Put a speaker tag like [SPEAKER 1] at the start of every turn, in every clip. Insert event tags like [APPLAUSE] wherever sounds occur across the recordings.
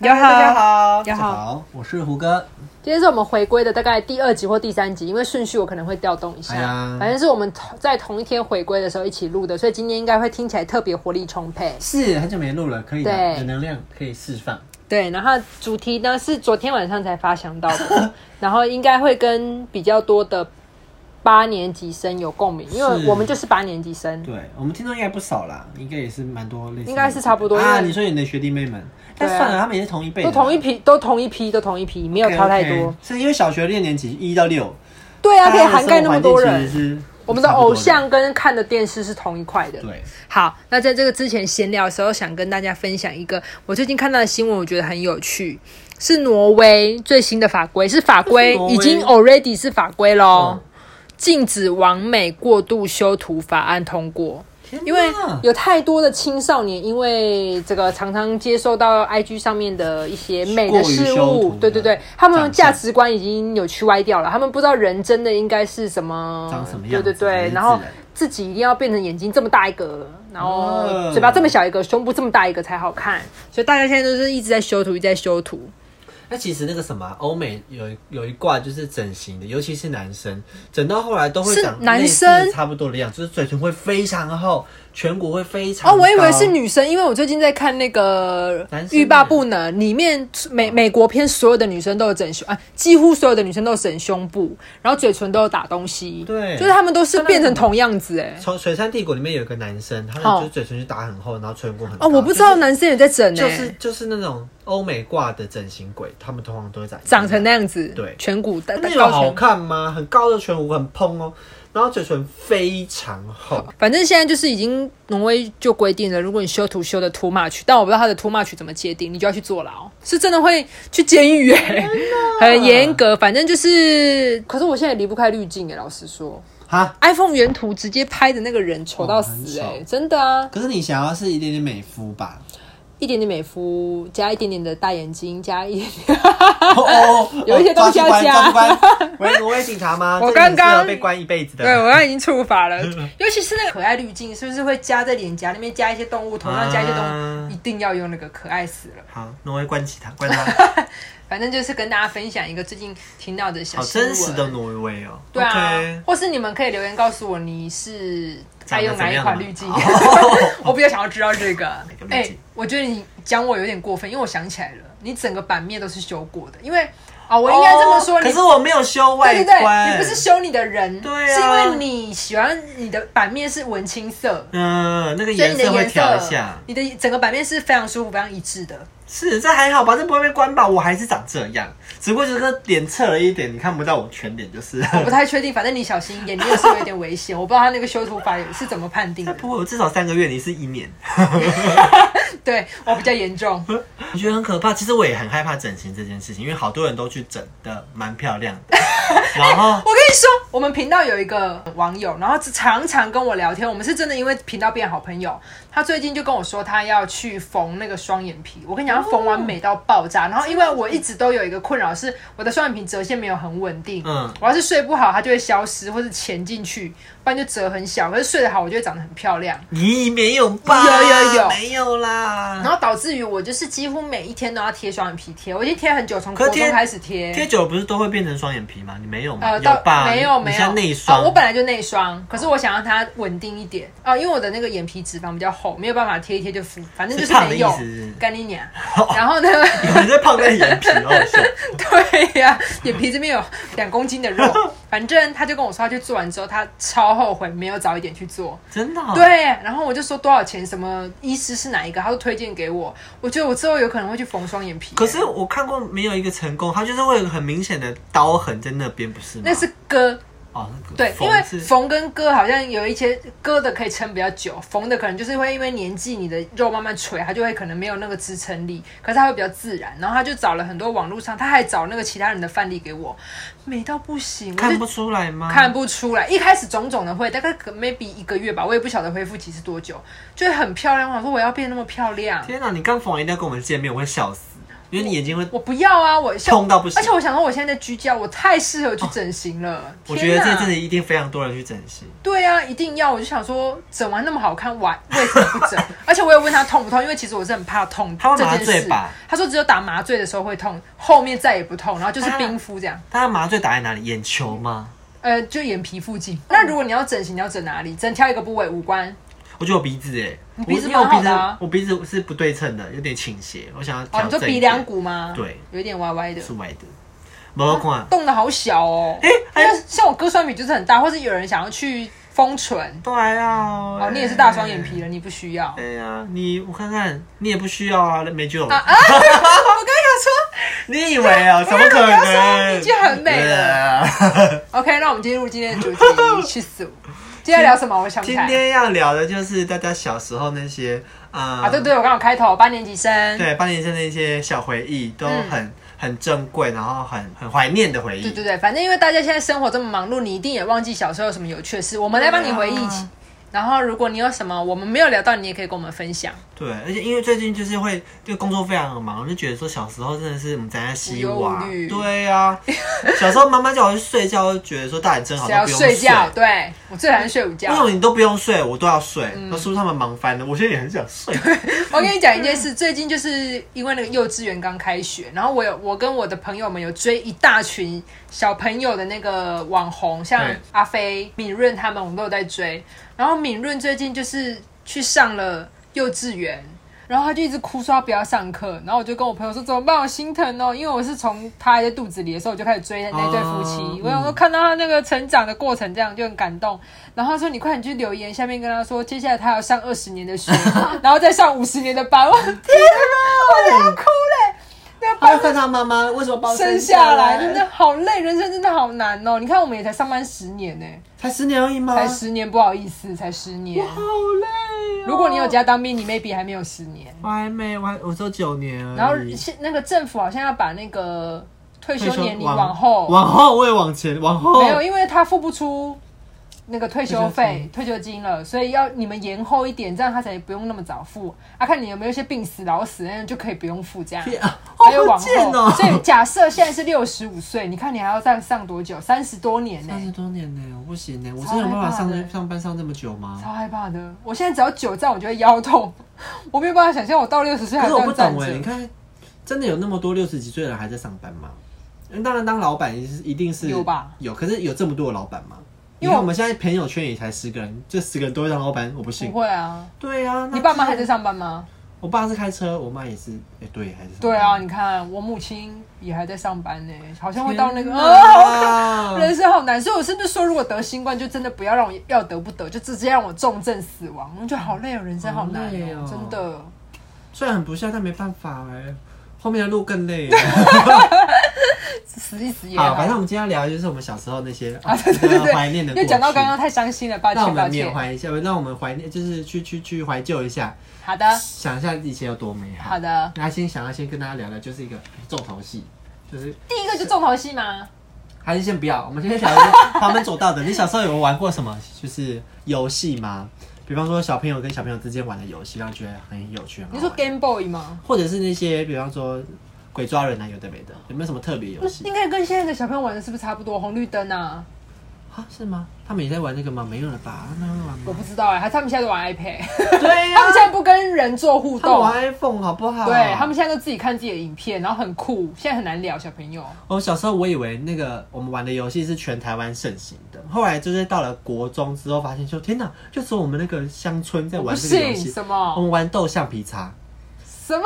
[SPEAKER 1] 大
[SPEAKER 2] 好
[SPEAKER 1] 家好，
[SPEAKER 2] 家好，
[SPEAKER 3] 好，我是胡歌。
[SPEAKER 2] 今天是我们回归的大概第二集或第三集，因为顺序我可能会调动一下。
[SPEAKER 3] 哎呀
[SPEAKER 2] 反正是我们同在同一天回归的时候一起录的，所以今天应该会听起来特别活力充沛。
[SPEAKER 3] 是很久没录了，可以的，
[SPEAKER 2] 对
[SPEAKER 3] 有能量可以释放。
[SPEAKER 2] 对，然后主题呢是昨天晚上才发想到的，然后应该会跟比较多的八年级生有共鸣，因为
[SPEAKER 3] 是
[SPEAKER 2] 我们就是八年级生。
[SPEAKER 3] 对我们听众应该不少啦，应该也是蛮多类似的，
[SPEAKER 2] 应该是差不多
[SPEAKER 3] 啊。
[SPEAKER 2] 因为
[SPEAKER 3] 你说你的学弟妹们，
[SPEAKER 2] 对
[SPEAKER 3] 但
[SPEAKER 2] 啊
[SPEAKER 3] 算了，他们也是同一辈的
[SPEAKER 2] 都
[SPEAKER 3] 啦，
[SPEAKER 2] 同一批，都同一批，都同一批，没有
[SPEAKER 3] OK，OK，
[SPEAKER 2] 差太多。
[SPEAKER 3] 是因为小学六年级一到六，
[SPEAKER 2] 对啊，可以
[SPEAKER 3] 大家的
[SPEAKER 2] 涵盖那么多
[SPEAKER 3] 生活环
[SPEAKER 2] 人。
[SPEAKER 3] 境其实是
[SPEAKER 2] 我们的
[SPEAKER 3] 差不多
[SPEAKER 2] 偶像跟看的电视是同一块的。
[SPEAKER 3] 对，
[SPEAKER 2] 好，那在这个之前闲聊的时候，想跟大家分享一个我最近看到的新闻，我觉得很有趣，是挪威最新的法规，是法规
[SPEAKER 3] [LAUGHS] 挪威
[SPEAKER 2] 已经 already 是法规喽
[SPEAKER 3] 嗯，
[SPEAKER 2] 禁止完美过度修图法案通过。
[SPEAKER 3] 天哪
[SPEAKER 2] 因为有太多的青少年，因为这个常常接受到 IG 上面的一些美的事
[SPEAKER 3] 过于修
[SPEAKER 2] 物
[SPEAKER 3] 图，
[SPEAKER 2] 对对对，他们
[SPEAKER 3] 长相
[SPEAKER 2] 价值观已经扭曲歪掉了，他们不知道人真的应该是什么，
[SPEAKER 3] 长什么样子
[SPEAKER 2] 对对
[SPEAKER 3] 才
[SPEAKER 2] 对
[SPEAKER 3] 是，
[SPEAKER 2] 然后
[SPEAKER 3] 自
[SPEAKER 2] 自
[SPEAKER 3] 然
[SPEAKER 2] 己一定要变成眼睛这么大一个，然后
[SPEAKER 3] 哦
[SPEAKER 2] 嘴巴这么小一个，胸部这么大一个才好看，所以大家现在都是一直在修图，一直在修图，
[SPEAKER 3] 那其实那个什么，欧美有一有一挂就是整形的，尤其是男生，整到后来都会
[SPEAKER 2] 是
[SPEAKER 3] 长
[SPEAKER 2] 男
[SPEAKER 3] 类似
[SPEAKER 2] 生
[SPEAKER 3] 差不多的样子，就是嘴唇会非常厚，颧骨会非常
[SPEAKER 2] 哦，我以为
[SPEAKER 3] 高
[SPEAKER 2] 是女生，因为我最近在看那个
[SPEAKER 3] 男生啊
[SPEAKER 2] 《欲罢不能》，里面美美国片所有的女生都有整胸，啊，几乎所有的女生都有整胸部，然后嘴唇都有打东西，
[SPEAKER 3] 对
[SPEAKER 2] 就是她们都是变成同样子哎。
[SPEAKER 3] 从《水山帝国》里面有一个男生，他
[SPEAKER 2] 哦
[SPEAKER 3] 的就是嘴唇就打很厚，然后颧骨很高
[SPEAKER 2] 哦，我不知道，欸男生也在整呢、哎
[SPEAKER 3] 就是就是就是那种欧美挂的整形鬼，他们通常都会长
[SPEAKER 2] 长成那样子，
[SPEAKER 3] 对
[SPEAKER 2] 颧骨大大
[SPEAKER 3] 那有
[SPEAKER 2] 高
[SPEAKER 3] 好
[SPEAKER 2] 颧。
[SPEAKER 3] 看吗？很高的颧骨，很蓬哦，然后嘴唇非常厚，
[SPEAKER 2] 反正现在就是已经挪威就规定了，如果你修图修的 too much，但我不知道他的 too much 怎么界定，你就要去坐牢，是真的会去监狱哎，
[SPEAKER 3] 啊
[SPEAKER 2] 很严格。反正就是，可是我现在也离不开滤镜哎，老实说，
[SPEAKER 3] 哈。
[SPEAKER 2] iPhone 原图直接拍的那个人丑到死
[SPEAKER 3] 哦
[SPEAKER 2] 哎、
[SPEAKER 3] 很丑
[SPEAKER 2] 真的啊！
[SPEAKER 3] 可是你想要是一点点美肤
[SPEAKER 2] [LAUGHS]
[SPEAKER 3] 吧？
[SPEAKER 2] 一点点美肤，加一点点的大眼睛，加一点
[SPEAKER 3] [LAUGHS]
[SPEAKER 2] 点。
[SPEAKER 3] 哦哦哦
[SPEAKER 2] 有一些东西要加
[SPEAKER 3] 抓关抓关 [LAUGHS] 喂，挪威警
[SPEAKER 2] [LAUGHS]
[SPEAKER 3] 察吗？
[SPEAKER 2] 我
[SPEAKER 3] 这个很
[SPEAKER 2] 刚刚
[SPEAKER 3] 适合被关一辈子的。
[SPEAKER 2] 对，我刚刚已经触法了，尤其是那个可爱滤镜，是不是会加在脸颊那边加一些动物，头上加一些动物，
[SPEAKER 3] 啊
[SPEAKER 2] 一定要用那个，可爱死了。
[SPEAKER 3] 好，挪威关起他，关
[SPEAKER 2] [LAUGHS]
[SPEAKER 3] 他。
[SPEAKER 2] 反正就是跟大家分享一个最近听到的小
[SPEAKER 3] 好
[SPEAKER 2] 新闻
[SPEAKER 3] 真实的挪威哦。
[SPEAKER 2] 对啊
[SPEAKER 3] OK
[SPEAKER 2] 或是你们可以留言告诉我你是爱用哪一款滤镜，
[SPEAKER 3] 长得怎么样吗
[SPEAKER 2] [LAUGHS] 我比较想要知道这
[SPEAKER 3] [LAUGHS]
[SPEAKER 2] 个。
[SPEAKER 3] 哪个
[SPEAKER 2] 哎、
[SPEAKER 3] 滤镜
[SPEAKER 2] 我觉得你讲我有点过分，因为我想起来了，你整个版面都是修过的，因为啊、我应该这么说，
[SPEAKER 3] 哦
[SPEAKER 2] 你
[SPEAKER 3] 可是我没有修
[SPEAKER 2] 对对
[SPEAKER 3] 外
[SPEAKER 2] 对，
[SPEAKER 3] 观，
[SPEAKER 2] 你不是修你的人，
[SPEAKER 3] 对
[SPEAKER 2] 是因
[SPEAKER 3] 啊
[SPEAKER 2] 为你喜欢你的版面是文青色。
[SPEAKER 3] 嗯，那个
[SPEAKER 2] 所以
[SPEAKER 3] 颜
[SPEAKER 2] 你的
[SPEAKER 3] 色会
[SPEAKER 2] 颜
[SPEAKER 3] 调一
[SPEAKER 2] 色
[SPEAKER 3] 下，。
[SPEAKER 2] 你的整个版面是非常舒服、非常一致的。
[SPEAKER 3] 是，这还好吧，这不会被关吧？我还是长这样，只不过就是脸侧了一点，你看不到我全脸就是。 [LAUGHS]
[SPEAKER 2] 我不太确定，反正你小心一点，你也是有一点危险。我不知道他那个修图法是怎么判定的。
[SPEAKER 3] 不过我至少三个月，你是一 [LAUGHS] 年，
[SPEAKER 2] 对我比较严重。
[SPEAKER 3] 我觉得很可怕。其实我也很害怕整形这件事情，因为好多人都去整的蛮漂亮的，
[SPEAKER 2] [LAUGHS]
[SPEAKER 3] 然后
[SPEAKER 2] 我跟你说，我们频道有一个网友，然后常常跟我聊天，我们是真的因为频道变好朋友。他最近就跟我说，他要去缝那个双眼皮。我跟你讲，他缝完美到爆炸。然后因为我一直都有一个困扰是，我的双眼皮折线没有很稳定。
[SPEAKER 3] 嗯
[SPEAKER 2] 我要是睡不好，它就会消失或是潜进去，不然就折很小。可是睡得好，我就会长得很漂亮。
[SPEAKER 3] 你没有吧？
[SPEAKER 2] 有有有
[SPEAKER 3] 没有啦。
[SPEAKER 2] 然后导致于我就是几乎每一天都要贴双眼皮贴，我已经贴很久，从
[SPEAKER 3] 可
[SPEAKER 2] 国
[SPEAKER 3] 是
[SPEAKER 2] 中
[SPEAKER 3] 贴
[SPEAKER 2] 开始贴。
[SPEAKER 3] 贴久了不是都会变成双眼皮吗？你没有吗？
[SPEAKER 2] 呃，
[SPEAKER 3] 有
[SPEAKER 2] 到
[SPEAKER 3] 吧？
[SPEAKER 2] 没有
[SPEAKER 3] 你
[SPEAKER 2] 没有
[SPEAKER 3] 像内双、
[SPEAKER 2] 哦我本来就内双，可是我想让它稳定一点啊、因为我的那个眼皮脂肪比较厚，没有办法贴一贴就敷，反正就是
[SPEAKER 3] 是胖的
[SPEAKER 2] 没
[SPEAKER 3] 意
[SPEAKER 2] 用
[SPEAKER 3] 思，是
[SPEAKER 2] 干你
[SPEAKER 3] [LAUGHS]
[SPEAKER 2] 娘！然后呢， [LAUGHS]
[SPEAKER 3] 不是，有人在胖在眼皮，好好笑。
[SPEAKER 2] 对呀、眼皮这边有两公斤的肉，反正他就跟我说，他去做完之后，他超后悔没有早一点去做。
[SPEAKER 3] 真的、哦？
[SPEAKER 2] 对，然后我就说多少钱，什么医师是哪一个，他都推荐给我。我觉得我之后有可能会去缝双眼皮、
[SPEAKER 3] 可是我看过没有一个成功，它就是会有很明显的刀痕在那边，不是吗？
[SPEAKER 2] 那是割，
[SPEAKER 3] 哦，那个
[SPEAKER 2] 对，因
[SPEAKER 3] 缝
[SPEAKER 2] 为
[SPEAKER 3] 是
[SPEAKER 2] 缝跟割好像有一些割的可以撑比较久，缝的可能就是会因为年纪你的肉慢慢垂，它就会可能没有那个支撑力，可是它会比较自然。然后他就找了很多网络上，他还找那个其他人的范例给我，美到不行，我
[SPEAKER 3] 看
[SPEAKER 2] 就
[SPEAKER 3] 不出来吗？
[SPEAKER 2] 看不出来。一开始肿肿的会，大概可 maybe 一个月吧，我也不晓得恢复期是多久，就会很漂亮。我想说我要变那么漂亮，
[SPEAKER 3] 天哪！你刚缝完一定要跟我们见面，我会笑死。因为你眼睛会，
[SPEAKER 2] 我不要啊，我像
[SPEAKER 3] 痛到不行哦
[SPEAKER 2] 而且我想说，我现在在居家，我太适合去整形了。
[SPEAKER 3] 我觉得
[SPEAKER 2] 天
[SPEAKER 3] 这
[SPEAKER 2] 哪
[SPEAKER 3] 真的一定非常多人去整形。
[SPEAKER 2] 对啊，一定要！我就想说，整完那么好看，我还为什么不
[SPEAKER 3] [LAUGHS]
[SPEAKER 2] 整？而且我有问他痛不痛，因为其实我是很怕痛
[SPEAKER 3] 他会
[SPEAKER 2] 这件
[SPEAKER 3] 麻醉
[SPEAKER 2] 事
[SPEAKER 3] 吧。
[SPEAKER 2] 他说只有打麻醉的时候会痛，后面再也不痛，然后就是
[SPEAKER 3] 啊
[SPEAKER 2] 冰敷这样。
[SPEAKER 3] 他的麻醉打在哪里？眼球吗？
[SPEAKER 2] 呃，就眼皮附近。那如果你要整形，你要整哪里？整挑一个部位，五官。
[SPEAKER 3] 我觉得我鼻子哎、
[SPEAKER 2] 你
[SPEAKER 3] 我
[SPEAKER 2] 鼻子
[SPEAKER 3] 因为我
[SPEAKER 2] 蛮好
[SPEAKER 3] 鼻子
[SPEAKER 2] 的啊
[SPEAKER 3] 我鼻子是不对称的，有点倾斜，我想要
[SPEAKER 2] 哦，
[SPEAKER 3] 调
[SPEAKER 2] 你说
[SPEAKER 3] 整
[SPEAKER 2] 鼻
[SPEAKER 3] 一点。
[SPEAKER 2] 梁骨吗？
[SPEAKER 3] 对，
[SPEAKER 2] 有一点歪歪的，
[SPEAKER 3] 是歪的，没有看。
[SPEAKER 2] 动的好小哦。
[SPEAKER 3] [LAUGHS] 哎还有
[SPEAKER 2] 像像我割双眼皮就是很大，或是有人想要去丰唇。
[SPEAKER 3] 对啊，
[SPEAKER 2] 哦，你也是大双眼皮了，你不需要。
[SPEAKER 3] 对呀、你我看看，你也不需要啊，没救了。
[SPEAKER 2] [LAUGHS] 我刚想
[SPEAKER 3] 你以为啊？怎么可
[SPEAKER 2] 我刚刚
[SPEAKER 3] 能？
[SPEAKER 2] 已经很美了
[SPEAKER 3] 对啊
[SPEAKER 2] 说，OK，那我们进入今天的主题，
[SPEAKER 3] [LAUGHS]
[SPEAKER 2] 去死我！今天聊什么？我想不
[SPEAKER 3] 今
[SPEAKER 2] 起来。
[SPEAKER 3] 天要聊的就是大家小时候那些啊
[SPEAKER 2] 啊，对对，我刚好开头八年级生。
[SPEAKER 3] 对八年级的一些小回忆，都
[SPEAKER 2] 嗯
[SPEAKER 3] 很、很珍贵，然后很很怀念的回忆。
[SPEAKER 2] 对对对，反正因为大家现在生活这么忙碌，你一定也忘记小时候有什么有趣的事，我们来帮你回忆
[SPEAKER 3] 嗯
[SPEAKER 2] 起。 [LAUGHS] 然后，如果你有什么我们没有聊到，你也可以跟我们分享。
[SPEAKER 3] 对，而且因为最近就是会，这个工作非常的忙，我就觉得说小时候真的是我们在西
[SPEAKER 2] 无忧无
[SPEAKER 3] 娃
[SPEAKER 2] 虑，
[SPEAKER 3] 对啊，小时候妈妈叫我去睡觉，我就觉得说大人真好，
[SPEAKER 2] 只
[SPEAKER 3] 都
[SPEAKER 2] 要
[SPEAKER 3] 不用
[SPEAKER 2] 睡觉，对我最讨厌睡午
[SPEAKER 3] 为什
[SPEAKER 2] 觉。
[SPEAKER 3] 么你都不用睡，我都要睡？那是不是他们忙翻了？我现在也很想 [LAUGHS] 睡。
[SPEAKER 2] [LAUGHS] 我跟你讲一件事，最近就是因为那个幼稚园刚开学，然后我有我跟我的朋友们有追一大群小朋友的那个网红，像
[SPEAKER 3] 对
[SPEAKER 2] 阿飞、敏润他们，我们都有在追。然后敏润最近就是去上了幼稚园。然后他就一直哭说他不要上课，然后我就跟我朋友说怎么办，我心疼哦，因为我是从他还在肚子里的时候我就开始追那对夫妻，
[SPEAKER 3] 哦
[SPEAKER 2] 我想说看到他那个成长的过程，这样就很感动。然后他说你快点去留言下面跟他说，接下来他要上二十年的
[SPEAKER 3] [LAUGHS]
[SPEAKER 2] 学，然后再上五十年的班，我天哪，我都要哭嘞！那
[SPEAKER 3] 他
[SPEAKER 2] 班
[SPEAKER 3] 会看他妈妈为什么把我
[SPEAKER 2] 生
[SPEAKER 3] 下
[SPEAKER 2] 下来真的好累，人生真的好难哦。你看我们也才上班十年呢、
[SPEAKER 3] 才十年而已吗？
[SPEAKER 2] 才十年，不好意思，才十年。
[SPEAKER 3] 好累、哦。
[SPEAKER 2] 如果你有加当兵，你 maybe 还没有十年。
[SPEAKER 3] 我还没，我还我只有九年而已。
[SPEAKER 2] 然后现那个政府好像要把那个退
[SPEAKER 3] 嗯退
[SPEAKER 2] 休
[SPEAKER 3] 休
[SPEAKER 2] 年龄往后，
[SPEAKER 3] 往后我也往前，往后
[SPEAKER 2] 没有，因为他付不出那个退休费、退休金了，所以要你们延后一点，这样他才不用那么早付。啊，看你有没有一些病死、老死，那样就可以不用付这样。
[SPEAKER 3] 天啊
[SPEAKER 2] 还有
[SPEAKER 3] 好
[SPEAKER 2] 往
[SPEAKER 3] 贱
[SPEAKER 2] 后，
[SPEAKER 3] 哦！
[SPEAKER 2] 所以假设现在是六十五岁，你看你还要再上多久？三十多年呢、
[SPEAKER 3] 三十多年呢、我不行呢、我
[SPEAKER 2] 超
[SPEAKER 3] 真的有办
[SPEAKER 2] 害
[SPEAKER 3] 法
[SPEAKER 2] 怕
[SPEAKER 3] 上
[SPEAKER 2] 的
[SPEAKER 3] 上班上这么久吗？
[SPEAKER 2] 超害怕的。我现在只要久站，我就会腰痛，我没有办法想象我到六十岁
[SPEAKER 3] 可
[SPEAKER 2] 还
[SPEAKER 3] 是
[SPEAKER 2] 这
[SPEAKER 3] 我不
[SPEAKER 2] 样站
[SPEAKER 3] 懂哎、你
[SPEAKER 2] 着。
[SPEAKER 3] 看，真的有那么多六十几岁的人还在上班吗？嗯当然，当老板是一定是
[SPEAKER 2] 有吧？
[SPEAKER 3] 有，可是有这么多的老板吗？
[SPEAKER 2] 因为
[SPEAKER 3] 因为我们现在朋友圈也才十个人，这十个人都会当老板，我不信
[SPEAKER 2] 不。会啊，
[SPEAKER 3] 对啊，那
[SPEAKER 2] 你爸妈
[SPEAKER 3] 这
[SPEAKER 2] 还在？上班吗？
[SPEAKER 3] 我爸是开车，我妈也是，哎、对，还是上班
[SPEAKER 2] 对啊，，你看我母亲也还在上班呢，好像会到那个
[SPEAKER 3] 天
[SPEAKER 2] 啊，
[SPEAKER 3] 哪
[SPEAKER 2] 人生好难。所以我甚至说，如果得新冠，就真的不要让我要得不得，就直接让我重症死亡，我觉得好累哦，人生好难
[SPEAKER 3] 好累
[SPEAKER 2] 哦，
[SPEAKER 3] 哦
[SPEAKER 2] 真的。
[SPEAKER 3] 虽然很不孝，但没办法哎、后面的路更累。
[SPEAKER 2] 死一 [LAUGHS] 死也
[SPEAKER 3] 好，反正我们今天要聊的就是我们小时候那些
[SPEAKER 2] 啊，对对 [LAUGHS]
[SPEAKER 3] 哦
[SPEAKER 2] 对
[SPEAKER 3] 怀念的
[SPEAKER 2] 对，
[SPEAKER 3] 过
[SPEAKER 2] 又
[SPEAKER 3] 去。
[SPEAKER 2] 讲到刚刚太伤心了，抱
[SPEAKER 3] 让我
[SPEAKER 2] 歉抱
[SPEAKER 3] 们缅
[SPEAKER 2] 歉。
[SPEAKER 3] 怀一下，让我们怀念，就是去去去怀旧一下，
[SPEAKER 2] 好的
[SPEAKER 3] 想一下以前有多美好。
[SPEAKER 2] 好的，
[SPEAKER 3] 那先想要先跟大家聊聊，就是一个重头戏，就是
[SPEAKER 2] 第一个就重头戏嘛，
[SPEAKER 3] 还是先不要，我们先聊一下旁门左道的。你小时候有玩过什么就是游戏吗？比方说小朋友跟小朋友之间玩的游戏，让你觉得很有趣。很好
[SPEAKER 2] 你
[SPEAKER 3] 玩
[SPEAKER 2] 说 Game Boy 吗？
[SPEAKER 3] 或者是那些比方说鬼抓人啊，有的没的，有没有什么特别游戏
[SPEAKER 2] 应该跟现在的小朋友玩的是不是差不多？红绿灯啊，
[SPEAKER 3] 啊？是吗？他们也在玩那个吗？没有了吧？他们会玩
[SPEAKER 2] 我
[SPEAKER 3] 吗？
[SPEAKER 2] 不知道哎，还是他们现在都 [LAUGHS] 玩 iPad，
[SPEAKER 3] [LAUGHS] 对
[SPEAKER 2] 啊他们现在不跟人做互
[SPEAKER 3] 他们
[SPEAKER 2] 动。
[SPEAKER 3] 玩 iPhone 好不好？
[SPEAKER 2] 对他们现在都自己看自己的影片，然后很酷，现在很难聊小朋友。
[SPEAKER 3] 我哦小时候我以为那个我们玩的游戏是全台湾盛行的，后来就是到了国中之后，发现说天哪，就只有我们那个乡村在
[SPEAKER 2] 我不
[SPEAKER 3] 玩这个游
[SPEAKER 2] 信
[SPEAKER 3] 戏。
[SPEAKER 2] 什
[SPEAKER 3] 我
[SPEAKER 2] 么
[SPEAKER 3] 们玩斗橡皮擦，
[SPEAKER 2] 什么，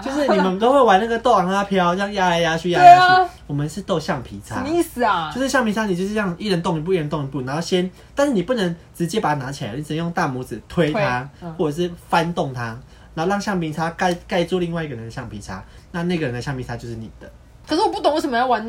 [SPEAKER 3] 就是你们都会玩那个斗让它飘，这样压来压去，压
[SPEAKER 2] 对
[SPEAKER 3] 来
[SPEAKER 2] 啊
[SPEAKER 3] 压去。我们是斗橡皮
[SPEAKER 2] 什
[SPEAKER 3] 擦
[SPEAKER 2] 么，意思啊？
[SPEAKER 3] 就是橡皮擦，你就是这样一人动一步，一人动一步，然后先，但是你不能直接把它拿起来，你只能用大拇指推它，
[SPEAKER 2] 推嗯
[SPEAKER 3] 或者是翻动它，然后让橡皮擦盖盖住另外一个人的橡皮擦，那那个人的橡皮擦就是你的。
[SPEAKER 2] 可是我不懂为什么要玩，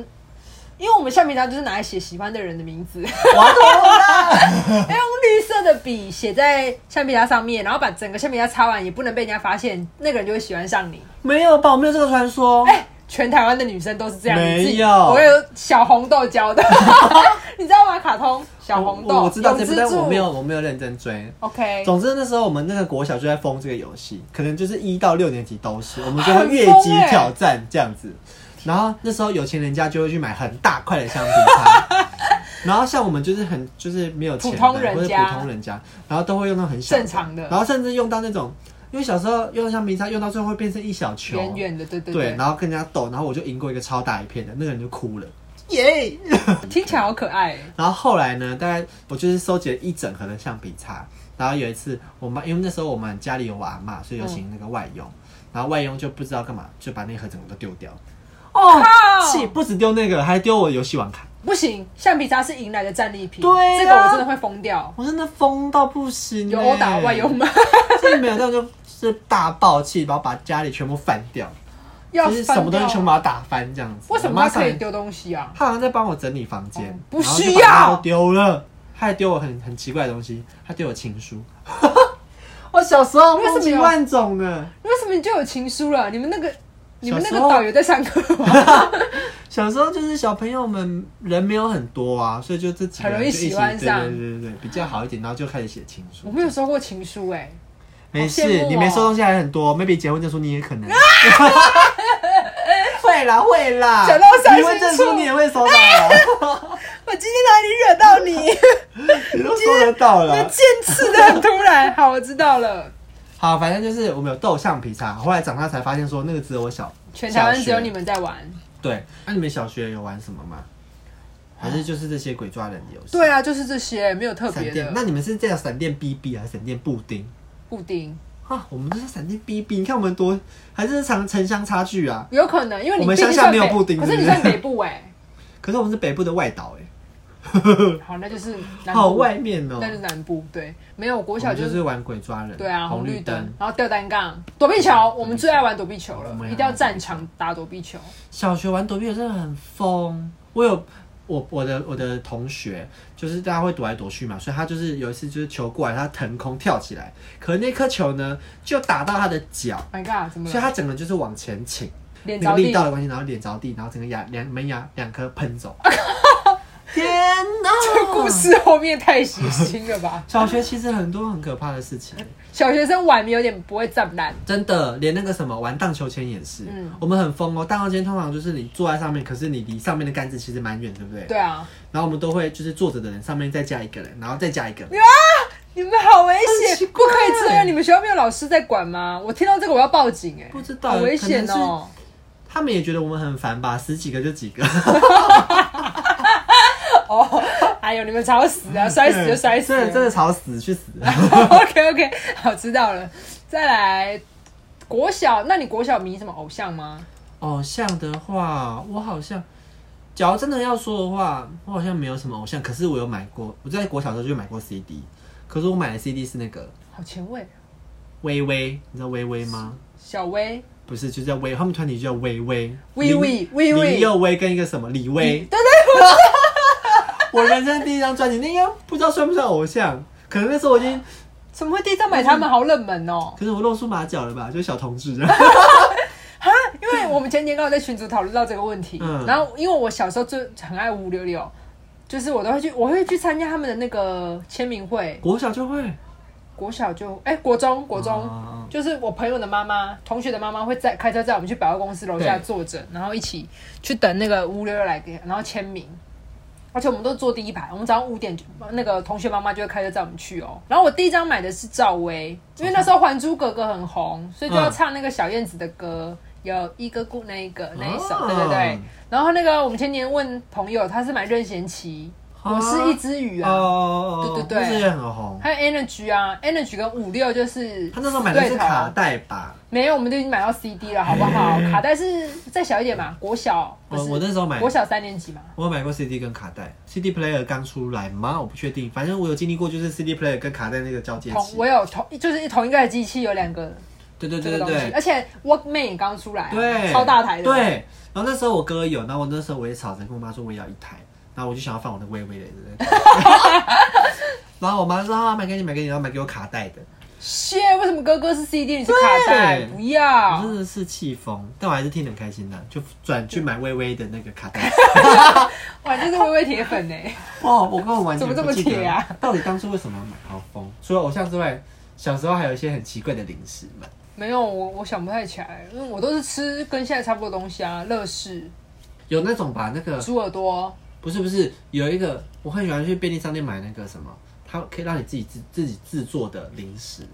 [SPEAKER 2] 因为我们橡皮擦就是拿来写喜欢的人的名
[SPEAKER 3] [LAUGHS]
[SPEAKER 2] 字，要
[SPEAKER 3] 我要投入啦
[SPEAKER 2] 用绿色的笔写在橡皮擦上面，然后把整个橡皮擦擦完，也不能被人家发现，那个人就会喜欢上你。
[SPEAKER 3] 没有吧？我没有这个传说。
[SPEAKER 2] 哎、全台湾的女生都是这样。
[SPEAKER 3] 哦没有
[SPEAKER 2] 你自己我有小红豆教
[SPEAKER 3] [LAUGHS]
[SPEAKER 2] 的，你知道吗？卡通小
[SPEAKER 3] 我
[SPEAKER 2] 红豆，
[SPEAKER 3] 我我知道这
[SPEAKER 2] 永
[SPEAKER 3] 部，
[SPEAKER 2] 之
[SPEAKER 3] 但
[SPEAKER 2] 助
[SPEAKER 3] 我没有我没有认真追。
[SPEAKER 2] OK，
[SPEAKER 3] 总之那时候我们那个国小就在封这个游戏，可能就是一到六年级都是，我们就会越级挑战这样子。然后那时候有钱人家就会去买很大块的橡皮擦， [LAUGHS] 然后像我们就是很就是没有钱的
[SPEAKER 2] 普通人
[SPEAKER 3] 或者
[SPEAKER 2] 家
[SPEAKER 3] 普通人家，然后都会用到很小
[SPEAKER 2] 正常的
[SPEAKER 3] 然后甚至用到那种，因为小时候用橡皮擦用到最后会变成一小球，
[SPEAKER 2] 远远的，对对
[SPEAKER 3] 对，
[SPEAKER 2] 对，
[SPEAKER 3] 然后跟人家斗，然后我就赢过一个超大一片的，那个人就哭了，耶、
[SPEAKER 2] [LAUGHS] 听起来好可爱。
[SPEAKER 3] 然后后来呢，大概我就是收集了一整盒的橡皮擦。然后有一次，我妈因为那时候我们家里有我阿嬷，所以有请那个外佣。然后外佣就不知道干嘛，就把那盒整个都丢掉。哦
[SPEAKER 2] 靠
[SPEAKER 3] 气不止丢那个，还丢我游戏王卡，
[SPEAKER 2] 不行，橡皮擦是迎来的战利品，
[SPEAKER 3] 对啊
[SPEAKER 2] 这个我真的会疯掉。
[SPEAKER 3] 我真的疯到不行、欸。
[SPEAKER 2] 有殴打外佣，吗？
[SPEAKER 3] 真的没有，但我就是大爆气，然后把家里全部翻掉，
[SPEAKER 2] 要
[SPEAKER 3] 就是
[SPEAKER 2] 翻
[SPEAKER 3] 什么东西
[SPEAKER 2] 掉
[SPEAKER 3] 全部把它打翻这样子。
[SPEAKER 2] 为什
[SPEAKER 3] 我
[SPEAKER 2] 么
[SPEAKER 3] 妈
[SPEAKER 2] 他可以
[SPEAKER 3] 上来？
[SPEAKER 2] 丢东西啊？
[SPEAKER 3] 她好像在帮我整理房间，
[SPEAKER 2] 哦不
[SPEAKER 3] 然后就
[SPEAKER 2] 需
[SPEAKER 3] 把它
[SPEAKER 2] 要
[SPEAKER 3] 都丢了，她还丢我很很奇怪的东西，她丢我情书。 [LAUGHS] 我小时候
[SPEAKER 2] 为什么
[SPEAKER 3] 梦几万种呢，
[SPEAKER 2] 为什么你就有情书了？你们那个你们那个
[SPEAKER 3] 小时候
[SPEAKER 2] 导游在上课吗？
[SPEAKER 3] [LAUGHS] 小时候就是小朋友们人没有很多啊，所以就这几个人
[SPEAKER 2] 很容易
[SPEAKER 3] 就一起
[SPEAKER 2] 喜欢上
[SPEAKER 3] 对对对对对，比较好一点，然后就开始写情
[SPEAKER 2] 我
[SPEAKER 3] 书。
[SPEAKER 2] 没有收过情书哎、
[SPEAKER 3] 没
[SPEAKER 2] 好羡
[SPEAKER 3] 事，
[SPEAKER 2] 慕哦
[SPEAKER 3] 你没收东西还很多，maybe 结婚证书你也可能。 [LAUGHS] 会啦会啦，
[SPEAKER 2] 讲到伤
[SPEAKER 3] 离
[SPEAKER 2] 心
[SPEAKER 3] 婚证
[SPEAKER 2] 处
[SPEAKER 3] 书你也会收到 [LAUGHS] 啦，
[SPEAKER 2] 我今天哪里惹到你？
[SPEAKER 3] 你都收得到
[SPEAKER 2] [LAUGHS] 那
[SPEAKER 3] 了。
[SPEAKER 2] 剑刺的很突然。好，我知道了。
[SPEAKER 3] 好，反正就是我们有豆橡皮擦，后来长大才发现说那个只有我小
[SPEAKER 2] 全台湾只有
[SPEAKER 3] 小学
[SPEAKER 2] 你们在玩。
[SPEAKER 3] 对，那、你们小学有玩什么吗？还是就是这些鬼抓人的游戏？
[SPEAKER 2] 啊对啊，就是这些，没有特
[SPEAKER 3] 闪
[SPEAKER 2] 别
[SPEAKER 3] 电，
[SPEAKER 2] 的
[SPEAKER 3] 那你们是这样闪电 BB 还是闪电布丁
[SPEAKER 2] 布丁。
[SPEAKER 3] 啊？我们这是闪电 BB，你看我们多还是常城乡差距啊！
[SPEAKER 2] 有可能，因为你
[SPEAKER 3] 我们
[SPEAKER 2] 毕竟
[SPEAKER 3] 乡下
[SPEAKER 2] 算
[SPEAKER 3] 没有
[SPEAKER 2] 北
[SPEAKER 3] 布丁
[SPEAKER 2] 可是你
[SPEAKER 3] 对不
[SPEAKER 2] 算
[SPEAKER 3] 对
[SPEAKER 2] 北部哎、
[SPEAKER 3] 可是我们是北部的外岛哎、
[SPEAKER 2] 好，那就是南部，
[SPEAKER 3] 好外面哦、
[SPEAKER 2] 那就是南部。对，没有，我国
[SPEAKER 3] 我
[SPEAKER 2] 小
[SPEAKER 3] 们
[SPEAKER 2] 就
[SPEAKER 3] 就是是玩鬼抓人，
[SPEAKER 2] 对啊，红绿
[SPEAKER 3] 绿
[SPEAKER 2] 灯，。然后吊单杠、躲避球，我们最爱玩躲避球了
[SPEAKER 3] 我，们也
[SPEAKER 2] 一定要
[SPEAKER 3] 爱玩
[SPEAKER 2] 站场打躲避球。
[SPEAKER 3] 小学玩躲避球真的很疯，我有。我我的我的同学就是大家会躲来躲去嘛，所以他就是有一次就是球过来，他腾空跳起来，可那颗球呢就打到他的脚，
[SPEAKER 2] My God，怎么
[SPEAKER 3] 所以
[SPEAKER 2] 了？
[SPEAKER 3] 他整个就是往前倾，
[SPEAKER 2] 脸
[SPEAKER 3] 那
[SPEAKER 2] 着
[SPEAKER 3] 个力
[SPEAKER 2] 地
[SPEAKER 3] 道的关系，然后脸着地，然后整个牙两门牙两颗
[SPEAKER 2] [LAUGHS]
[SPEAKER 3] 喷走。天哪！？
[SPEAKER 2] 这个故事后面太血腥了吧
[SPEAKER 3] [LAUGHS] 小学其实很多很可怕的事情，
[SPEAKER 2] 小学生玩有点不会站烂，
[SPEAKER 3] 真的，连那个什么玩荡秋千也是。
[SPEAKER 2] 嗯
[SPEAKER 3] 我们很疯哦，荡秋千通常就是你坐在上面，可是你离上面的杆子其实蛮远，对不对？。
[SPEAKER 2] 对啊，
[SPEAKER 3] 然后我们都会就是坐着的人上面再加一个人，然后再加一个人。
[SPEAKER 2] 你们好危
[SPEAKER 3] 很奇
[SPEAKER 2] 险，不
[SPEAKER 3] 怪
[SPEAKER 2] 可以这样。你们学校没有老师在管吗？我听到这个我要报警哎、
[SPEAKER 3] 不知道
[SPEAKER 2] 好危险
[SPEAKER 3] 可能
[SPEAKER 2] 哦、
[SPEAKER 3] 他们也觉得我们很烦吧，十几个
[SPEAKER 2] [LAUGHS]
[SPEAKER 3] 就几个。
[SPEAKER 2] 哦， [LAUGHS] 哎呦，你们吵死啊，摔死就摔死
[SPEAKER 3] 嗯真的
[SPEAKER 2] [LAUGHS]
[SPEAKER 3] 真
[SPEAKER 2] 了。
[SPEAKER 3] 的吵死，去死！ [LAUGHS]
[SPEAKER 2] OK OK，好，知道了。再来，国小，那你国小迷什么偶像吗？
[SPEAKER 3] 偶像的话，我好像，假如真的要说的话，我好像没有什么偶像，可是我有买过，我在国小的时候就买过 CD，可是我买的 CD 是那个
[SPEAKER 2] 好前卫，
[SPEAKER 3] 微微，你知道微微吗？
[SPEAKER 2] 小薇，
[SPEAKER 3] 不是，就叫微，他们团体就叫微微，
[SPEAKER 2] 微微
[SPEAKER 3] 林
[SPEAKER 2] 微微
[SPEAKER 3] 林佑威跟一个什么李
[SPEAKER 2] 对
[SPEAKER 3] 威， [LAUGHS]
[SPEAKER 2] 对，
[SPEAKER 3] 我人生第一张专辑，那应该不知道算不算偶像，可能那时候我已经，
[SPEAKER 2] 怎么会第一张买他们？好冷门哦、
[SPEAKER 3] 可是我露出马脚了吧，就是小同志，
[SPEAKER 2] [LAUGHS] 哈，因为我们前年刚好在群组讨论到这个问题，
[SPEAKER 3] 嗯
[SPEAKER 2] 然后因为我小时候就很爱五六六，就是我都会去，我会去参加他们的那个签名会，
[SPEAKER 3] 国小就会，
[SPEAKER 2] 国小就哎、国中国中。
[SPEAKER 3] 哦
[SPEAKER 2] 就是我朋友的妈妈，同学的妈妈会在开车载我们去百货公司楼下
[SPEAKER 3] 对
[SPEAKER 2] 坐着，然后一起去等那个五六六来给，然后签名。而且我们都坐第一排，我们早上五点就那个同学妈妈就会开车载我们去哦。然后我第一张买的是赵薇，因为那时候《还珠格格》很红，所以就要唱那个小燕子的歌，有一个故那一个那一首，对对对
[SPEAKER 3] 嗯。
[SPEAKER 2] 然后那个我们前年问朋友，他是买任贤齐，我是一只鱼
[SPEAKER 3] 哦
[SPEAKER 2] 啊，
[SPEAKER 3] 哦，哦
[SPEAKER 2] 对对对
[SPEAKER 3] 那时候也很红。
[SPEAKER 2] 还有 Energy 啊，Energy 跟五六就是
[SPEAKER 3] 他那时候买的是
[SPEAKER 2] 对头
[SPEAKER 3] 卡带吧？
[SPEAKER 2] 没有，我们都已经买到 CD 了，好不
[SPEAKER 3] [LAUGHS]
[SPEAKER 2] 好？卡带是再小一点嘛，国小不
[SPEAKER 3] 我
[SPEAKER 2] 是
[SPEAKER 3] 我那时候买
[SPEAKER 2] 国小三年级嘛。
[SPEAKER 3] 我有买过 CD 跟卡带，CD player 刚出来吗？我不确定，反正我有经历过，就是 CD player 跟卡带那个交接
[SPEAKER 2] 同
[SPEAKER 3] 器
[SPEAKER 2] 我。有同就是同一个机器有两个
[SPEAKER 3] 对对
[SPEAKER 2] 这
[SPEAKER 3] 对
[SPEAKER 2] 个东
[SPEAKER 3] 对
[SPEAKER 2] 西，
[SPEAKER 3] 对
[SPEAKER 2] 而且 Walkman 也刚出来啊，
[SPEAKER 3] 对，
[SPEAKER 2] 超大台的，
[SPEAKER 3] 对，然后那时候我哥有，然后我那时候我也吵着跟我妈说我也要一台，然后我就想要放我的 [LAUGHS] 微微的，对不对然后我妈说啊买给你买给你，然后买给我卡带的，
[SPEAKER 2] 谢，为什么哥哥是 CD 你是卡带？
[SPEAKER 3] 对
[SPEAKER 2] 不要
[SPEAKER 3] 我，真的是气疯，但我还是听得很开心的，就转去买微微的那个
[SPEAKER 2] [LAUGHS]
[SPEAKER 3] 卡带。
[SPEAKER 2] 哇，这是微微铁粉呢、 [LAUGHS]
[SPEAKER 3] 哇，我根本完
[SPEAKER 2] 怎
[SPEAKER 3] 全
[SPEAKER 2] 么这么
[SPEAKER 3] 不记得
[SPEAKER 2] 铁啊
[SPEAKER 3] 到底当初为什么要买好疯？除了偶像之外，小时候还有一些很奇怪的零食嘛。
[SPEAKER 2] 没有，我我想不太起来，因为我都是吃跟现在差不多的东西啊，乐事、
[SPEAKER 3] 有那种把那个
[SPEAKER 2] 猪耳朵，
[SPEAKER 3] 不是不是有一个，我很喜欢去便利商店买那个什么，它可以让你自己自自己制作的零食。嗯